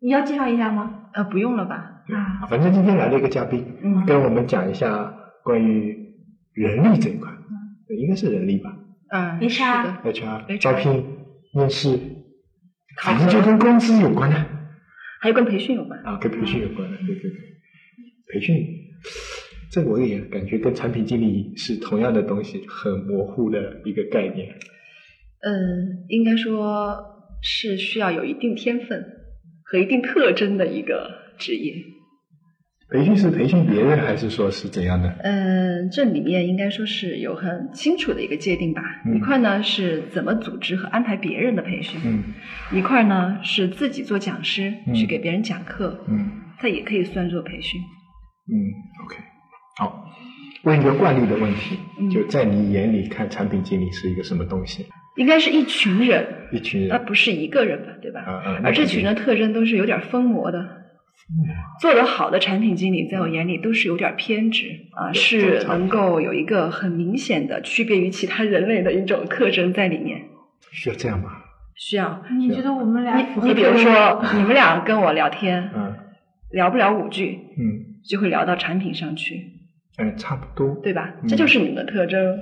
你要介绍一下吗？呃，不用了吧？啊，反正今天来了一个嘉宾，嗯跟我们讲一下关于人力这一块，对应该是人力吧嗯、没是啥的。 ，HR HR 招聘、面试，考反正就核跟公司有关的还有跟培训有关。啊，跟培训有关的，对对对，培训，这我也感觉跟产品经理是同样的东西，很模糊的一个概念。嗯，应该说是需要有一定天分和一定特征的一个职业。培训是培训别人，还是说是怎样的？嗯，这里面应该说是有很清楚的一个界定吧。嗯一块呢是怎么组织和安排别人的培训，嗯一块呢是自己做讲师、嗯去给别人讲课，嗯。它也可以算作培训。嗯，OK，好，问一个惯例的问题，嗯就在你眼里看产品经理是一个什么东西？应该是一群人，一群而人，不是一个人吧，对吧？啊啊，而那呃这肯定群人的特征都是有点疯魔的。嗯做得好的产品经理，在我眼里都是有点偏执啊，对是正常能够有一个很明显的区别于其他人类的一种特征在里面。需要这样吧？需要你觉得我们俩符你，合你比这如个说，你们俩跟我聊天，嗯聊不了五句，嗯就会聊到产品上去，嗯，差不多。对吧？嗯这就是你们的特征。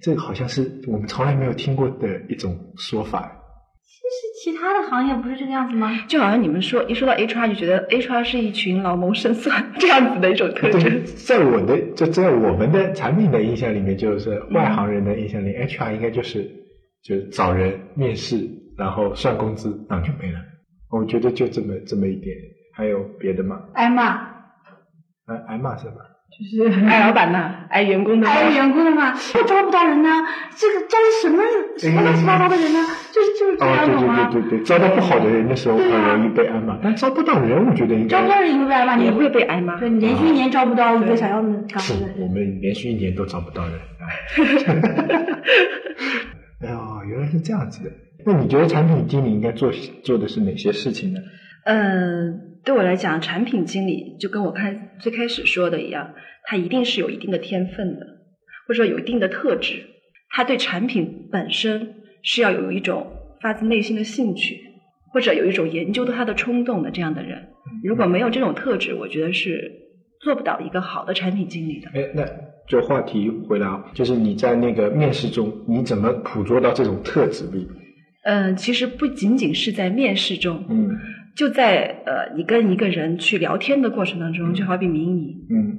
这个好像是我们从来没有听过的一种说 法。其实其他的行业不是这个样子吗？就好像你们说一说到 HR 就觉得 HR 是一群老谋深算 这样子的一种特对，征。在我的就在我们的产品的印象里面，就是外行人的印象里、h 嗯 r 应该就是就是找人面试，然后算工资，然后就没了。我觉得就这么这么一点，还有别的吗？挨骂挨挨骂是吧？就是爱老板呐，爱员工的呐，挨员工的骂，我招不到人呢、这个招的什么什么乱七八糟的人呢、就是就是这哦，样对懂吗？对对对对，招到不好的人的时候很对啊容易被挨骂，但招不到人，我觉得应招该不到人你会被挨骂，你对。你会被挨骂嗯你连续一年招不到一个想要你岗是位的人。我们连续一年都招不到人。哎 哎呦，原来是这样子的。那你觉得产品经理应该做做的是哪些事情呢？嗯，对我来讲，产品经理就跟我开最开始说的一样，他一定是有一定的天分的，或者说有一定的特质。他对产品本身是要有一种发自内心的兴趣，或者有一种研究它的冲动的这样的人。如果没有这种特质，我觉得是做不到一个好的产品经理的。哎，那就话题回答，就是你在那个面试中，你怎么捕捉到这种特质力？嗯，其实不仅仅是在面试中，嗯就在呃你跟一个人去聊天的过程当中，就好比迷你，嗯，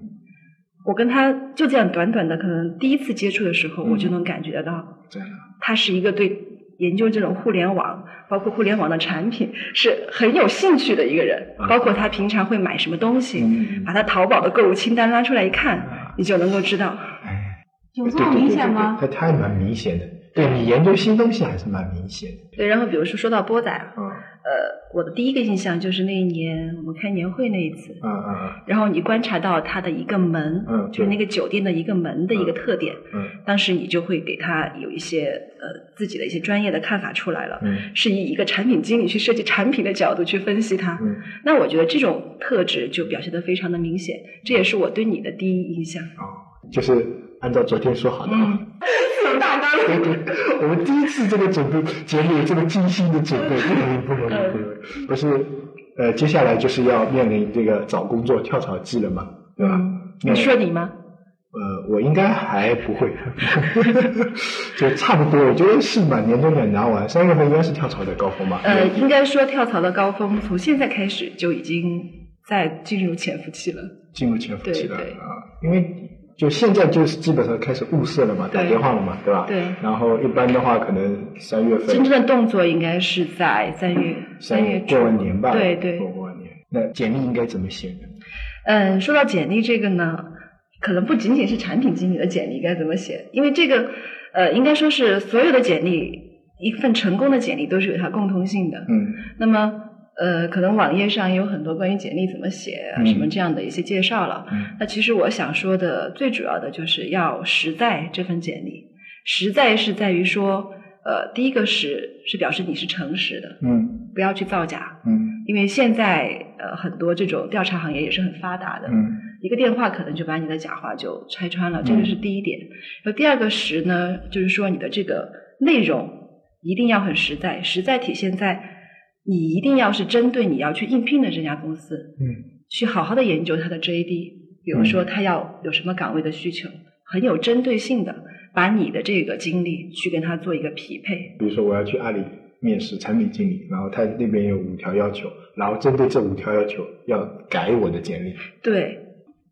我跟他就这样短短的，可能第一次接触的时候，嗯我就能感觉得到，这样。啊他是一个对研究这种互联网，包括互联网的产品是很有兴趣的一个人啊。包括他平常会买什么东西，嗯，把他淘宝的购物清单拉出来一看啊，你就能够知道。哎，嗯有这对么对明对显对吗？对它还蛮明显的。对你研究新东西还是蛮明显的。对，然后比如说说到波仔啊，哦嗯呃，我的第一个印象就是那一年我们开年会那一次，嗯嗯然后你观察到他的一个门，嗯就是对那个酒店的一个门的一个嗯特点，嗯当时你就会给他有一些呃自己的一些专业的看法出来了，嗯是以一个产品经理去设计产品的角度去分析它。嗯。那我觉得这种特质就表现得非常的明显，这也是我对你的第一印象。就是按照昨天说好的啊。嗯大纲。对对， 我们第一次这个准备节目有这么精心的准 备，不容易，不容易，嗯不容易。不是，呃，接下来就是要面临这个找工作跳槽季了嘛，对吧？嗯，那你说你吗？呃，我应该还不会， 就差不多，我觉得是把年终奖拿完，三月份应该是跳槽的高峰吧。呃，应该说跳槽的高峰从现在开始就已经在进入潜伏期了。进入潜伏期了对对啊，因为就现在就是基本上开始物色了嘛，打对电话了嘛，对吧？对然后一般的话，可能三月份真正的动作应该是在三月三月过完中。年吧，对对过完年。那简历应该怎么写呢？嗯，说到简历这个呢，可能不仅仅是产品经理的简历该怎么写，因为这个，呃，应该说是所有的简历，一份成功的简历都是有它共通性的。嗯那么，呃，可能网页上也有很多关于简历怎么写啊、嗯什么这样的一些介绍了。嗯那其实我想说的最主要的就是要实在这份简历，实在是在于说，呃，第一个实是表示你是诚实的，嗯不要去造假，嗯因为现在呃很多这种调查行业也是很发达的。嗯一个电话可能就把你的假话就拆穿了，这个是第一点。然后第二个实呢，就是说你的这个内容一定要很实在，实在体现在你一定要是针对你要去应聘的这家公司，嗯，去好好的研究它的 JD，比如说它要有什么岗位的需求，很有针对性的把你的这个经历去跟它做一个匹配。比如说我要去阿里面试产品经理，然后他那边有五条要求，然后针对这五条要求要改我的简历，对，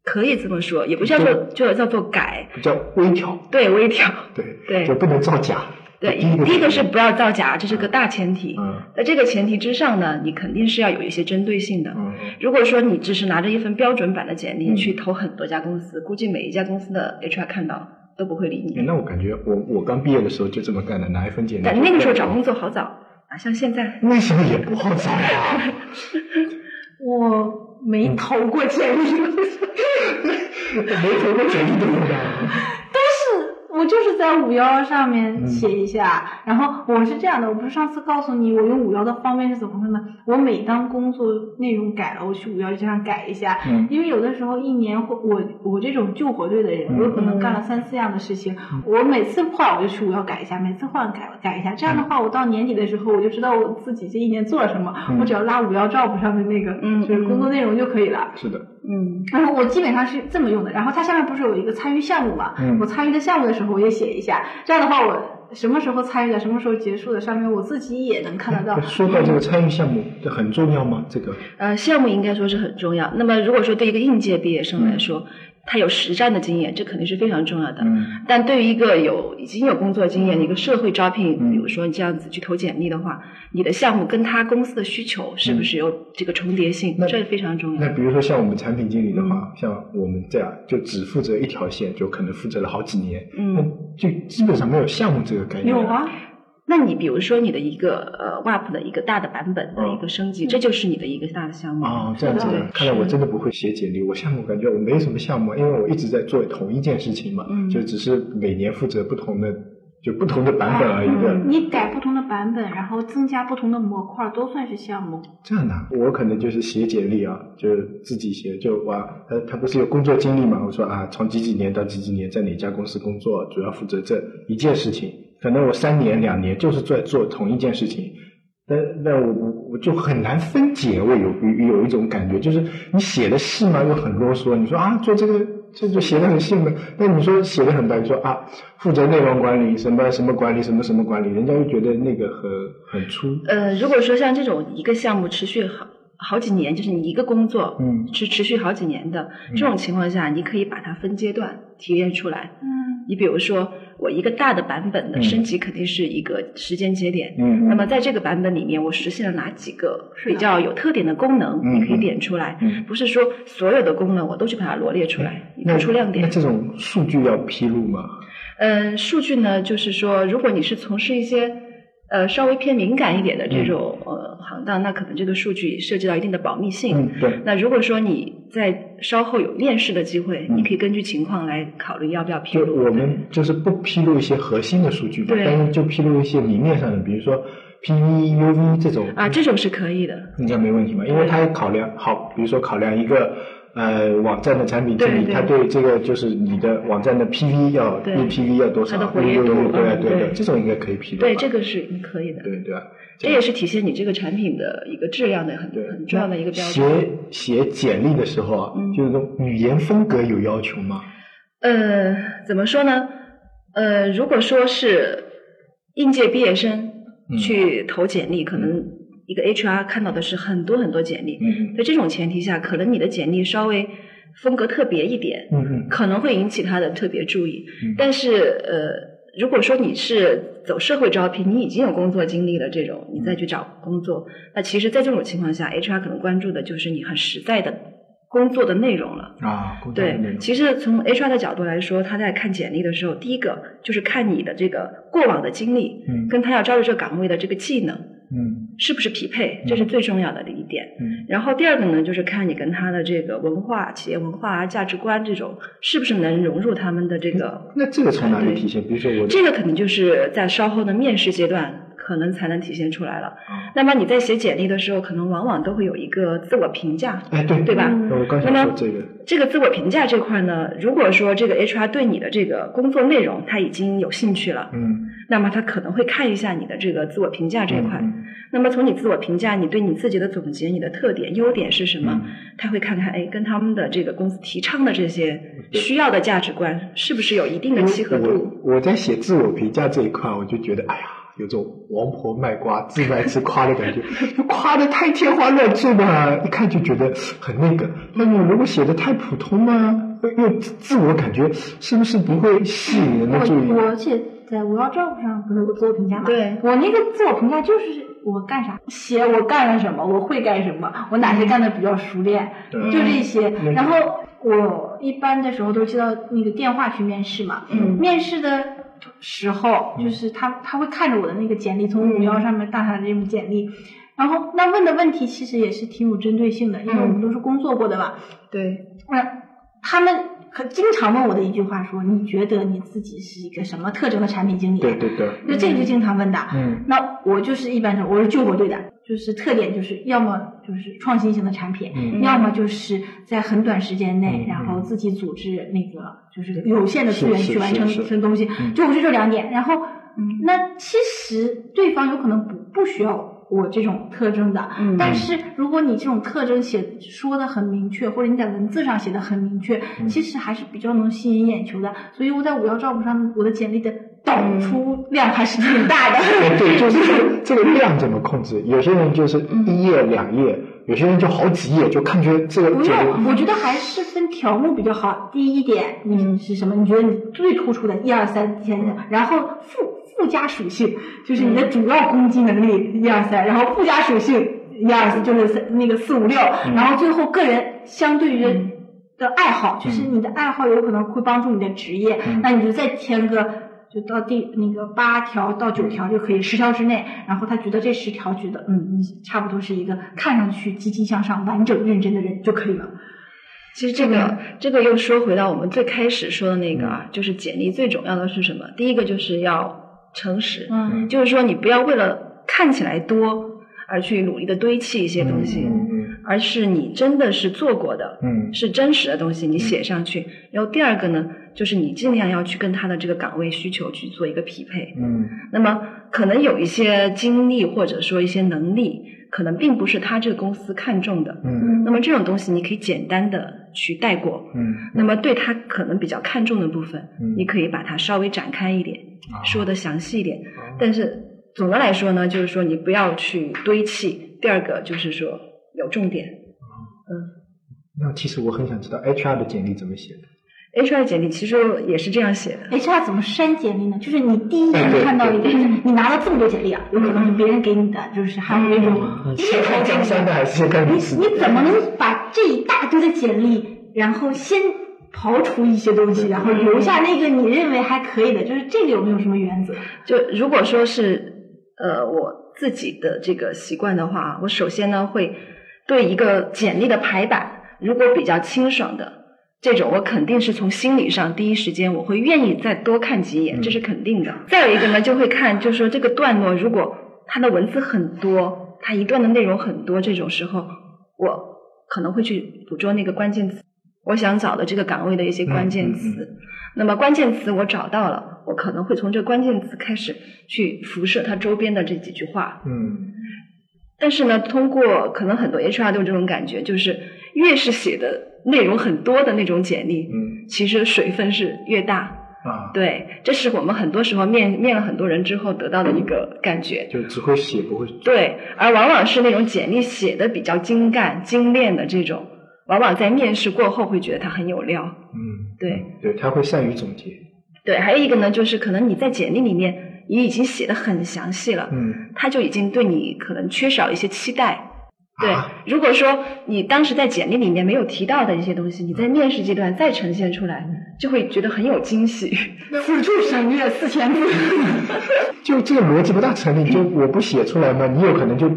可以这么说，也不叫做就叫做改，叫微调，对微调，对，对就不能造假。对，第一个第一个是不要造假，这是个大前提。嗯在这个前提之上呢，你肯定是要有一些针对性的。嗯如果说你只是拿着一份标准版的简历嗯去投很多家公司，估计每一家公司的 HR 看到都不会理你。嗯，那我感觉我我刚毕业的时候就这么干的，拿一份简历。但那个时候找工作好找啊，像现在那时候也不好找呀， 我 嗯没投过简历，没投过简历啊都不干。我就是在五幺幺上面嗯写一下。然后我是这样的，我不是上次告诉你我用五幺的方面是怎么回事吗？我每当工作内容改了，我去五幺这上改一下，嗯因为有的时候一年或我我这种救火队的人，嗯我有可能干了三四样的事情，我每次换我就去我要改一下，每次换改改一下，这样的话我到年底的时候我就知道我自己这一年做了什么，嗯我只要拉五幺 job 上面那个嗯就是工作内容就可以了。是的，嗯然后我基本上是这么用的，然后它下面不是有一个参与项目嘛？嗯我参与的项目的时候我也写一下，这样的话我什么时候参与的，什么时候结束的，上面我自己也能看得到。说到这个参与项目，这很重要吗？这个呃，项目应该说是很重要。那么如果说对一个应届毕业生嗯来说，他有实战的经验，这肯定是非常重要的。嗯但对于一个有已经有工作经验的一个社会招聘，嗯比如说你这样子去投简历的话，你的项目跟他公司的需求是不是有这个重叠性？嗯那这非常重那要。比如说像我们产品经理的话，像我们这样就只负责一条线，就可能负责了好几年，那嗯，就基本上没有项目这个概念。有啊，那你比如说你的一个呃 WAP 的一个大的版本的一个升级，这就是你的一个大的项目。嗯啊，这样子对的，看来我是真的不会写简历。我项目感觉我没什么项目，因为我一直在做同一件事情嘛，嗯就只是每年负责不同的，就不同的版本啊而已的。嗯你改不同的版本，然后增加不同的模块，都算是项目。这样的啊，我可能就是写简历啊，就是自己写，就哇，他他不是有工作经历嘛？我说啊，从几几年到几几年在哪家公司工作，主要负责这一件事情。可能我三年两年就是在做同一件事情，但但我我我就很难分解，我有有有一种感觉，就是你写的细嘛又很啰嗦，你说啊做这个这就写的很细嘛，但你说写的很白，你说啊负责内容管理什么什么管理什么什么管理，人家又觉得那个很很粗，呃，如果说像这种一个项目持续好好几年，就是你一个工作，嗯是持续好几年的嗯这种情况下，你可以把它分阶段提炼出来。嗯，你比如说，我一个大的版本的嗯升级肯定是一个时间节点。嗯，那么在这个版本里面，我实现了哪几个是的比较有特点的功能？嗯你可以点出来，嗯。不是说所有的功能我都去把它罗列出来，你那突出亮那点。这种数据要披露吗？嗯，数据呢，就是说，如果你是从事一些呃稍微偏敏感一点的嗯这种、呃行当，那可能这个数据涉及到一定的保密性。嗯，对，那如果说你在稍后有面试的机会，嗯你可以根据情况来考虑要不要披就露。我们就是不披露一些核心的数据吧，对但是就披露一些明面上的，比如说 PE、UV 这种啊，这种是可以的。应该没问题吧？因为对他也考量好，比如说考量一个呃网站的产品经理，对对他对这个就是你的网站的 PV 要对 EPV 要多少，它的活跃度 UV 对啊嗯对啊对啊这种应该可以披露吧。对，这个是可以的。对对啊，这也是体现你这个产品的一个质量的很对很重要的一个标准。写写简历的时候啊，嗯就是说语言风格有要求吗？呃，怎么说呢？呃，如果说是应届毕业生嗯去投简历，可能一个 HR 看到的是很多很多简历。嗯在这种前提下，可能你的简历稍微风格特别一点，嗯嗯可能会引起他的特别注意。嗯但是呃，如果说你是走社会招聘，你已经有工作经历了，这种你再去找工作，那其实，在这种情况下，HR 可能关注的就是你很实在的工作的内容了。嗯啊，工作的内对，容其实从 HR 的角度来说，他在看简历的时候，第一个就是看你的这个过往的经历，嗯跟他要招的这个岗位的这个技能嗯是不是匹配，嗯这是最重要的一点。嗯然后第二个呢，就是看你跟他的这个文化、企业文化啊、价值观这种，是不是能融入他们的这个。那这个从哪里体现？比如说我这个肯定就是在稍后的面试阶段，可能才能体现出来了。嗯那么你在写简历的时候，可能往往都会有一个自我评价，哎，对对吧？嗯我刚想说这个，这个自我评价这块呢，如果说这个 HR 对你的这个工作内容他已经有兴趣了，嗯，那么他可能会看一下你的这个自我评价这一块。嗯那么从你自我评价，你对你自己的总结，你的特点、优点是什么？嗯他会看看，哎，跟他们的这个公司提倡的这些需要的价值观是不是有一定的契合度？我我在写自我评价这一块，我就觉得，哎呀，有种王婆卖瓜自卖自夸的感觉， 就夸的太天花乱坠了，一看就觉得很那个。那你如果写的太普通呢，又又自我感觉是不是不会吸引人的注意？我我写在五幺 job 上不是有个自我评价吗？对我那个自我评价就是我干啥，写我干了什么，我会干什么，我哪些干的比较熟练，对就这些。嗯然后我一般的时候都接到那个电话去面试嘛，嗯面试的时候嗯就是他他会看着我的那个简历，从嗯五幺上面大大的这种简历。然后那问的问题其实也是挺有针对性嗯的，因为我们都是工作过的嘛，对，那他们可经常问我的一句话说：“你觉得你自己是一个什么特征的产品经理？”对，对对，就这个就经常问的。嗯那我就是一般是我是救火队的，就是特点就是要么就是创新型的产品，嗯要么就是在很短时间内，嗯然后自己组织那个就是对有限的资源是是去完成是是这东西嗯，就我是这两点。然后嗯，那其实对方有可能不不需要我这种特征的，嗯但是如果你这种特征写说的很明确，或者你在文字上写的很明确，嗯其实还是比较能吸引眼球的。所以我在五幺 job 上，我的简历的嗯导出量还是挺大的。 哎对，就是这个这个量怎么控制？有些人就是嗯一页两页，有些人就好几页，就看觉得这个不简历用，我觉得还是分条目比较好。第一点，你嗯是什么？你觉得你最突出的，一二三，先嗯然后附附加属性，就是你的主要攻击能力，一二三，然后附加属性，一二四，就是三那个四五六，嗯然后最后个人相对于嗯的爱好，就是你的爱好有可能会帮助你的职业，嗯那你就再添个。就到第那个八条到九条就可以，十条之内。然后他觉得这十条觉得，嗯，你差不多是一个看上去积极向上、完整认真的人就可以了。其实这个、嗯这个又说回到我们最开始说的那个啊，就是简历最重要的是什么？第一个就是要诚实，嗯就是说你不要为了看起来多而去努力的堆砌一些东西，嗯嗯而是你真的是做过的，嗯是真实的东西，你写上去。然后第二个呢，就是你尽量要去跟他的这个岗位需求去做一个匹配。嗯那么可能有一些经历或者说一些能力，可能并不是他这个公司看重的。嗯那么这种东西你可以简单的去带过。嗯那么对他可能比较看重的部分，嗯你可以把它稍微展开一点，啊说的详细一点。哦但是总的来说呢，就是说你不要去堆砌。第二个就是说有重点。那其实我很想知道 HR 的简历怎么写的。 HR 简历其实也是这样写的， HR 哎怎么筛简历呢？就是你第一哎眼对看到一个，对就是你拿了这么多简历啊，有可能是别人给你的，就是还有那种嗯 你先看江山的还是先看你历史？你怎么能把这一大堆的简历，然后先刨除一些东西，然后留下那个你认为还可以的？就是这个有没有什么原则？就如果说是呃我自己的这个习惯的话，我首先呢会对一个简历的排版，如果比较清爽的这种，我肯定是从心理上第一时间我会愿意再多看几眼，嗯这是肯定的。再有一个呢，就会看就是说这个段落如果它的文字很多，它一段的内容很多，这种时候我可能会去捕捉那个关键词。我想找的这个岗位的一些关键词，嗯嗯嗯那么关键词我找到了，我可能会从这关键词开始去辐射它周边的这几句话。嗯但是呢，通过可能很多 HR 都有这种感觉，就是越是写的内容很多的那种简历，嗯其实水分是越大。啊，对，这是我们很多时候面面了很多人之后得到的一个感觉。就只会写不会做。对，而往往是那种简历写的比较精干、精炼的这种，往往在面试过后会觉得它很有料。嗯，对对，他会善于总结。对，还有一个呢，就是可能你在简历里面也已经写的很详细了，嗯，他就已经对你可能缺少一些期待。对啊，如果说你当时在简历里面没有提到的一些东西，你在嗯面试阶段再呈现出来，就会觉得很有惊喜。此处省略四千字。就这个逻辑不大成立。就我不写出来嘛，你有可能就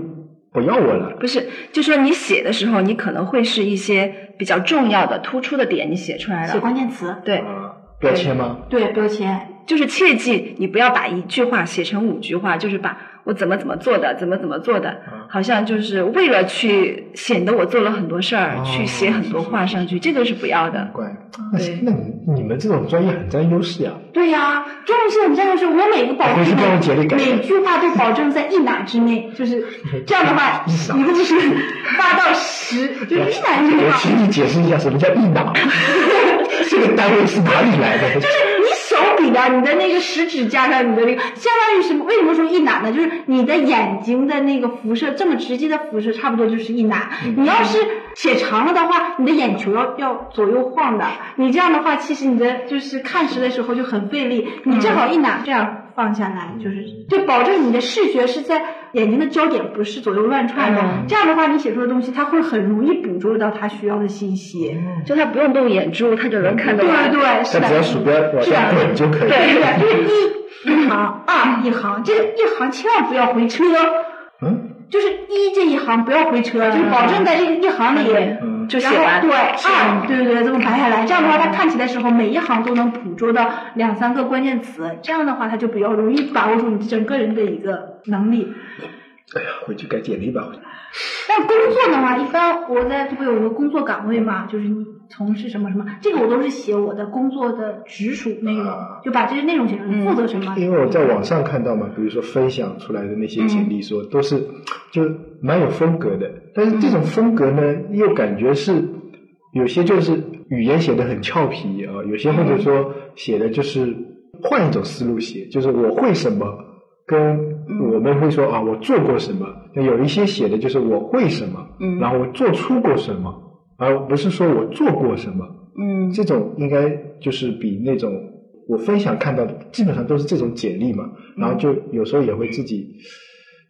不要我了。不是，就说你写的时候，你可能会是一些比较重要的、突出的点，你写出来写了。关键词，对，啊，标签吗？ 对标签，就是切记你不要把一句话写成五句话，就是把我怎么怎么做的，怎么怎么做的嗯，好像就是为了去显得我做了很多事儿，哦去写很多话上去，这个是不要的。怪，嗯那对那你你们这种专业很占优势呀、对呀、这种事很像就是我每个保我回去证帮我姐姐改每句话都保证在一码之内，就是这样的话， 一码一个就是八到十，就我是一码之内我。请你解释一下什么叫一 档，这个单位是哪里来的？就是你手比啊，你的那个食指加上你的那个，相当于什么？为什么说一拿呢？就是你的眼睛的那个辐射，这么直接的辐射，差不多就是一拿。嗯你要是写长了的话，你的眼球要要左右晃的。你这样的话，其实你的就是看时的时候就很费力。你正好一拿，这样放下来，就是就保证你的视觉是在眼睛的焦点不是左右乱窜的。嗯这样的话，你写出的东西，它会很容易捕捉到它需要的信息。就他不用动眼珠，他就能看得对啊完。对，是的。它只要鼠标往下滚就可对以。对，就是一一行，二一行，这个一行千万不要回车，嗯就是一这一行不要回车，就是保证在这一行里。嗯，就写然后完。对二，对对对，这么排下来，这样的话，它看起来时候每一行都能捕捉到两三个关键词，这样的话，它就比较容易把握住你整个人的一个能力。哎呀，回去改简历吧。但工作的话，一般我在这不有一个工作岗位嗯嘛，就是你从事什么什么，这个我都是写我的工作的直属内容啊，就把这些内容写成嗯负责什么，因为我在网上看到嘛，比如说分享出来的那些简历说，都是就蛮有风格的，但是这种风格呢，又感觉是有些就是语言写的很俏皮啊，有些或者说写的就是换一种思路写，就是我会什么，跟我们会说啊我做过什么，那有一些写的就是我会什么，嗯然后我做出过什么，而不是说我做过什么，嗯这种应该就是比那种我分享看到的，基本上都是这种简历嘛。然后就有时候也会自己，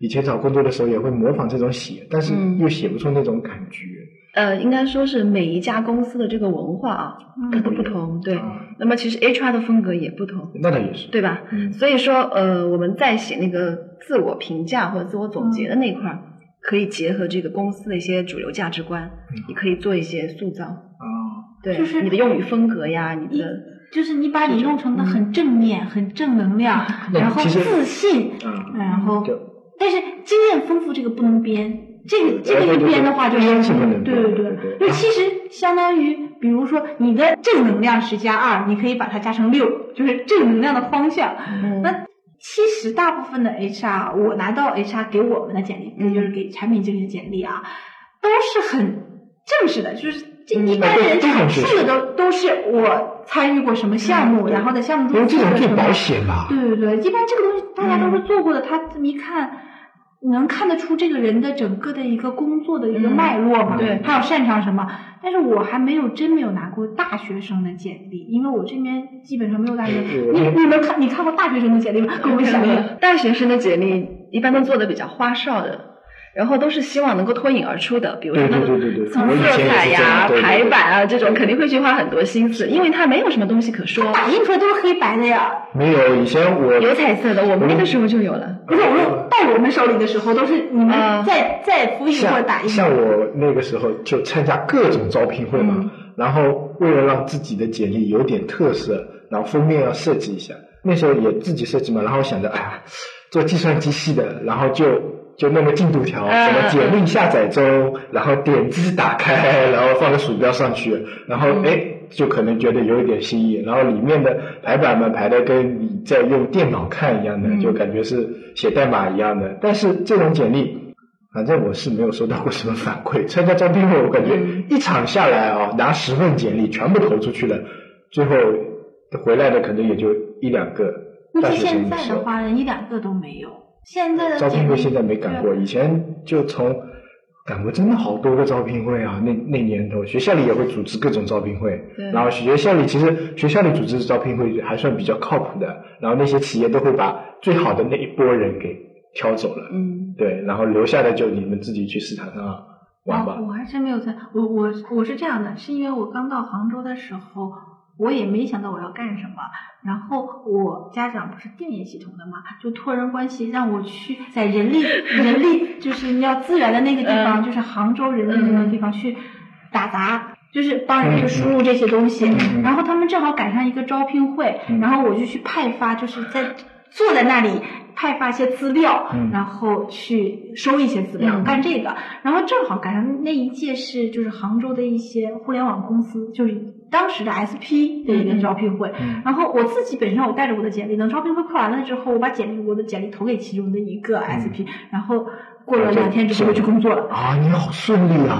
以前找工作的时候也会模仿这种写，但是嗯又写不出那种感觉。呃，应该说是每一家公司的这个文化啊，它都不同。对，啊那么其实 HR 的风格也不同，那倒也是。对吧？嗯所以说，呃，我们在写那个自我评价或者自我总结嗯的那一块儿，可以结合这个公司的一些主流价值观，嗯也可以做一些塑造。啊，对，就是你的用语风格呀，你的就是你把你弄成的很正面、很正能量，那然后其实自信，嗯，然后对但是经验丰富这个不能编。这个这个对对一对编的话就对是是不能对编对对对对就其实相当于，比如说你的正能量是加二，你可以把它加成六，就是正能量的方向。嗯那其实大部分的 HR，我拿到 HR 给我们的简历，嗯也就是给产品经理的简历啊，都是很正式的，就是这嗯一般对人都很阐正嗯述的都都是我参与过什么项目，然后在项目因为中这做种了最什么保。险吧。对对对，一般这个东西大家都是做过的，他这么一看。能看得出这个人的整个的一个工作的一个嗯脉络嘛？对还有擅长什么？但是我还没有真没有拿过大学生的简历，因为我这边基本上没有大学生。对你你们看你看过大学生的简历吗？跟我们讲讲。 大学生的简历一般都做的比较花哨的，然后都是希望能够脱颖而出的，比如说对对对对对，从我以色前彩也是这呀样。、对排。版啊这种，肯定会去花很多心思，因为它没有什么东西可说。打印出来都是黑白的呀。对对没有，以前我有彩色的，我们那个时候就有了。不是，我说到我们手里的时候，都是你啊们在在复印或者打印。嗯像我那个时候就参加各种招聘会嘛，嗯然后为了让自己的简历有点特色，然后封面要设计一下。那时候也自己设计嘛，然后想着，哎呀，做计算机系的，然后就就弄个进度条，嗯什么简历下载中，然后点击打开， 然后放个鼠标上去，然后嗯哎、就可能觉得有一点新意。然后里面的排版嘛，排的跟你在用电脑看一样的，嗯就感觉是写代码一样的。但是这种简历。反正我是没有收到过什么反馈。参加招聘会，我感觉嗯一场下来啊，拿十份简历全部投出去了，最后回来的可能也就一两个那大是学现生的在时的候。话，人一两个都没有。现在的招聘简历会现在没赶过，以前就从赶过真的好多个招聘会啊，那那年头学校里也会组织各种招聘会对，然后学校里其实学校里组织的招聘会还算比较靠谱的，然后那些企业都会把最好的那一波人给挑走了，嗯， 对，然后留下的就你们自己去市场上玩吧哦。我还真没有在，我我我是这样的，是因为我刚到杭州的时候，我也没想到我要干什么。然后我家长不是电业系统的嘛，就托人关系让我去在人力人力就是你要资源的那个地方，嗯就是杭州人力的那个地方去打杂。就是帮人去输入这些东西，嗯嗯然后他们正好赶上一个招聘会，嗯然后我就去派发，就是在坐在那里派发一些资料，嗯然后去收一些资料、嗯干这个。然后正好赶上那一届是就是杭州的一些互联网公司，就是当时的 SP 的一嗯嗯个招聘会。嗯然后我自己本身我带着我的简历，等招聘会快完了之后，我把简历我的简历投给其中的一嗯个 SP，、然后过啊了两天之后就去工作了。啊，你好顺利啊！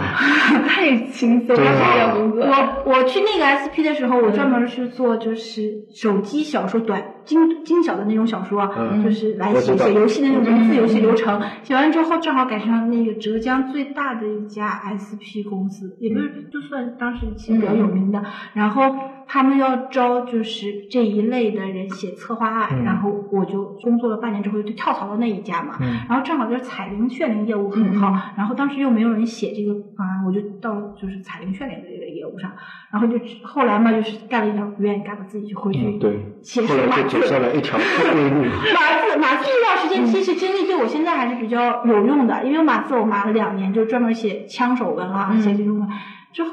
太轻松了，对这啊个工作。我我去那个 SP 的时候，我专嗯门去做就是手机小说短精精小的那种小说啊，嗯就是来我写知一道些游戏的那种嗯文字游戏流程。嗯写完之后，正好赶上那个浙江最大的一家 SP 公司，也不嗯是就算当时其实比较有名的，然后。他们要招就是这一类的人写策划案，嗯然后我就工作了半年之后就跳槽到那一家嘛，嗯然后正好就是彩铃炫铃业务很好，然后当时又没有人写这个方案，我就到就是彩铃炫铃的这个业务上，然后就只后来嘛就是干了一条不愿意干的，自己就回去嗯，对，写后码来就字走上了一条不 归路。码字码字这段时间其实经历对我现在还是比较有用的，因为码字我码了两年，就专门写枪手文啊，嗯写这种文。之后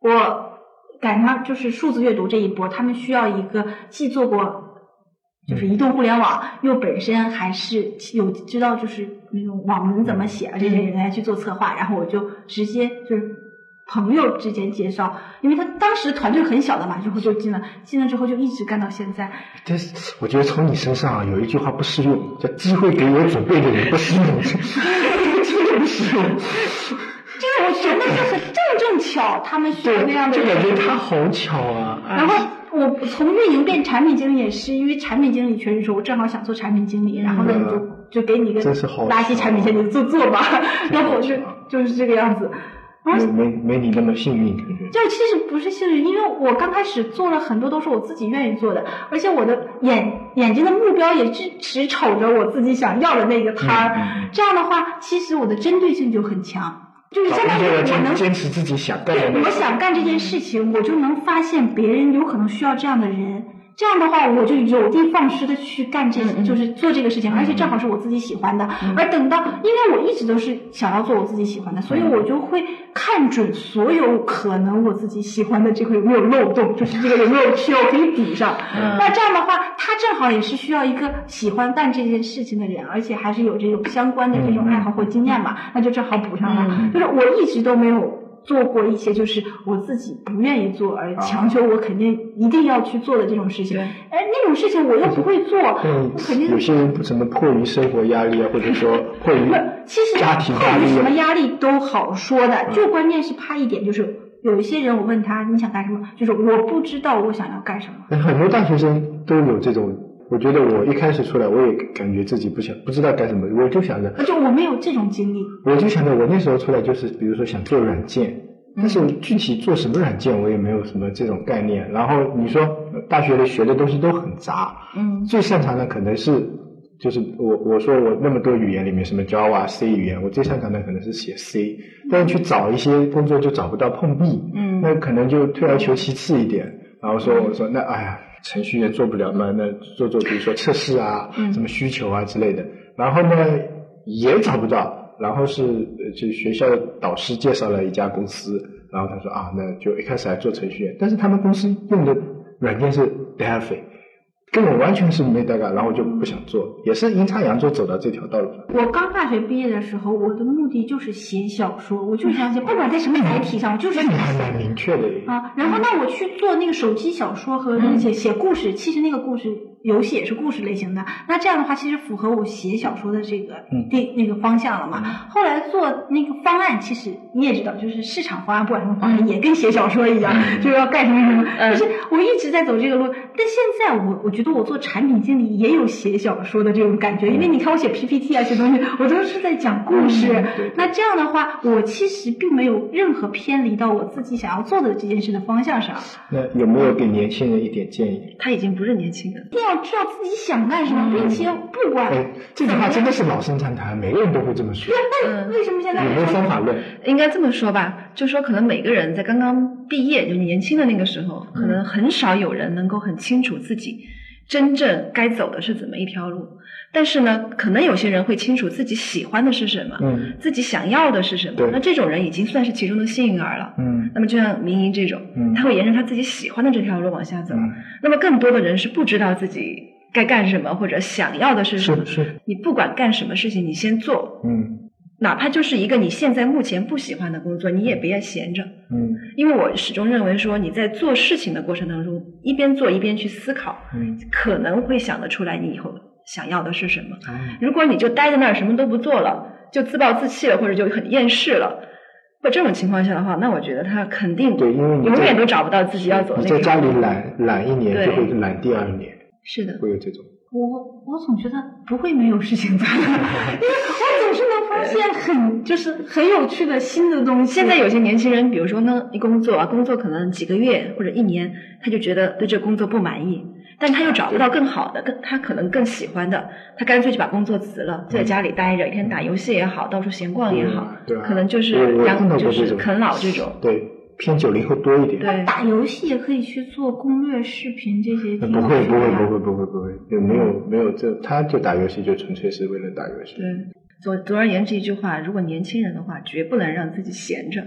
我赶上就是数字阅读这一波，他们需要一个既做过。就是移动互联网，又本身还是有知道就是那种网文怎么写，啊这些人来去做策划，然后我就直接就是朋友之间介绍，因为他当时团队很小的嘛，之后就进了，进了之后就一直干到现在，但是我觉得从你身上啊，有一句话不适用，叫“机会给有准备的人 不适用”，真的不适用。这个我觉得就是正正巧，他们需要那样对，的就人。感觉他好巧啊。然后我从运营变产品经理也是，因为产品经理确实说，我正好想做产品经理，然后呢嗯你就就给你一个真是好啊垃圾产品经理做做 吧，然后我就就是这个样子。啊没没没你那么幸运，感觉。就其实不是幸运，因为我刚开始做了很多都是我自己愿意做的，而且我的眼眼睛的目标也是只瞅着我自己想要的那个摊儿。嗯嗯嗯这样的话，其实我的针对性就很强，就是相当找于一个人我能坚坚持自己想干的对，那我个。想干这件事情，我就能发现别人有可能需要这样的人。这样的话，我就有的放矢的去干这，嗯嗯就是做这个事情，而且正好是我自己喜欢的。嗯而等到，因为我一直都是想要做我自己喜欢的，所嗯以我就会看准所有可能我自己喜欢的这块有没有漏洞，就是这个有没有缺，我可以抵上。嗯那这样的话，他正好也是需要一个喜欢干这件事情的人，而且还是有这种相关的这种爱好或经验嘛，那就正好补上了。嗯就是我一直都没有做过一些就是我自己不愿意做啊而强求我肯定一定要去做的这种事情，对哎，那种事情我又不会做，我肯嗯，有定。些人不怎么迫于生活压力啊，或者说迫于不，其实家庭压迫于力什么啊，压力都好说的，嗯就关键是怕一点，就是有一些人我问他你想干什么，就是我不知道我想要干什么。很多大学生都有这种。我觉得我一开始出来，我也感觉自己不想不知道干什么，我就想着就我没有这种经历，我就想着我那时候出来就是，比如说想做软件，但是我具体做什么软件我也没有什么这种概念。然后你说呃大学里学的东西都很杂，嗯最擅长的可能是就是我我说我那么多语言里面什么 Java、C 语言，我最擅长的可能是写 C，但是去找一些工作就找不到碰壁，嗯那可能就退而求其次一点。然后说我说那哎呀，程序也做不了嘛，那做做比如说测试啊，嗯什么需求啊之类的。然后呢也找不到，然后是呃就学校的导师介绍了一家公司，然后他说啊，那就一开始来做程序员，但是他们公司用的软件是 Delphi。跟我完全是没搭嘎，然后我就不想做，也是阴差阳错走到这条道路上。我刚大学毕业的时候，我的目的就是写小说，我就是想写，不管在什么载体上，我就是那想你写还蛮明确的耶，啊。然后那我去做那个手机小说和嗯写写故事，其实那个故事游戏也是故事类型的。那这样的话，其实符合我写小说的这个嗯第那个方向了嗯嘛。后来做那个方案，其实你也知道，就是市场方案，不管什么方案，也跟写小说一样，就是要干什么什么。嗯就是我一直在走这个路，但现在我我觉得我做产品经理也有写小说的这种感觉，因嗯为你看我写 PPT 啊，写东西，我都是在讲故事。啊嗯对那这样的话，我其实并没有任何偏离到我自己想要做的这件事的方向上。那有没有给年轻人一点建议？他已经不是年轻人一，定要知道自己想干什么，嗯并且不管。哎，这句话真的是老生常谈，每个人都会这 么说。嗯呃为什么现在有没有方法论？应该这么说吧，就说可能每个人在刚刚毕业，就是年轻的那个时候，可能很少有人能够很清楚自己真正该走的是怎么一条路。但是呢，可能有些人会清楚自己喜欢的是什么，嗯自己想要的是什么对。那这种人已经算是其中的幸运儿了。嗯那么就像明莹这种，嗯他会沿着他自己喜欢的这条路往下走。嗯那么更多的人是不知道自己该干什么或者想要的是什么是。是，你不管干什么事情，你先做，嗯哪怕就是一个你现在目前不喜欢的工作，你也别闲着。嗯因为我始终认为说，你在做事情的过程当中，一边做一边去思考，嗯可能会想得出来你以后想要的是什么。啊如果你就待在那儿什么都不做了，就自暴自弃了，或者就很厌世了，或这种情况下的话，那我觉得他肯定对，因为你在永远都找不到自己要走的你那在个家里路。懒懒一年，对就会懒第二年，是的，会有这种。我我总觉得不会没有事情做，因为我总是能发现很就是很有趣的新的东西。现在有些年轻人，比如说呢，一工作啊，工作可能几个月或者一年，他就觉得对这工作不满意，但他又找不到更好的，更他可能更喜欢的，他干脆就把工作辞了，嗯就在家里待着，一天打游戏也好，到处闲逛也好，对啊，可能就是我我养碰到就过是这种啃老这种对，偏九零后多一点。对打游戏也可以去做攻略视频这些。呃不会不会不会。会不会不会，也没有没有这，他就打游戏就纯粹是为了打游戏。对。总总而言之一句话，如果年轻人的话，绝不能让自己闲着，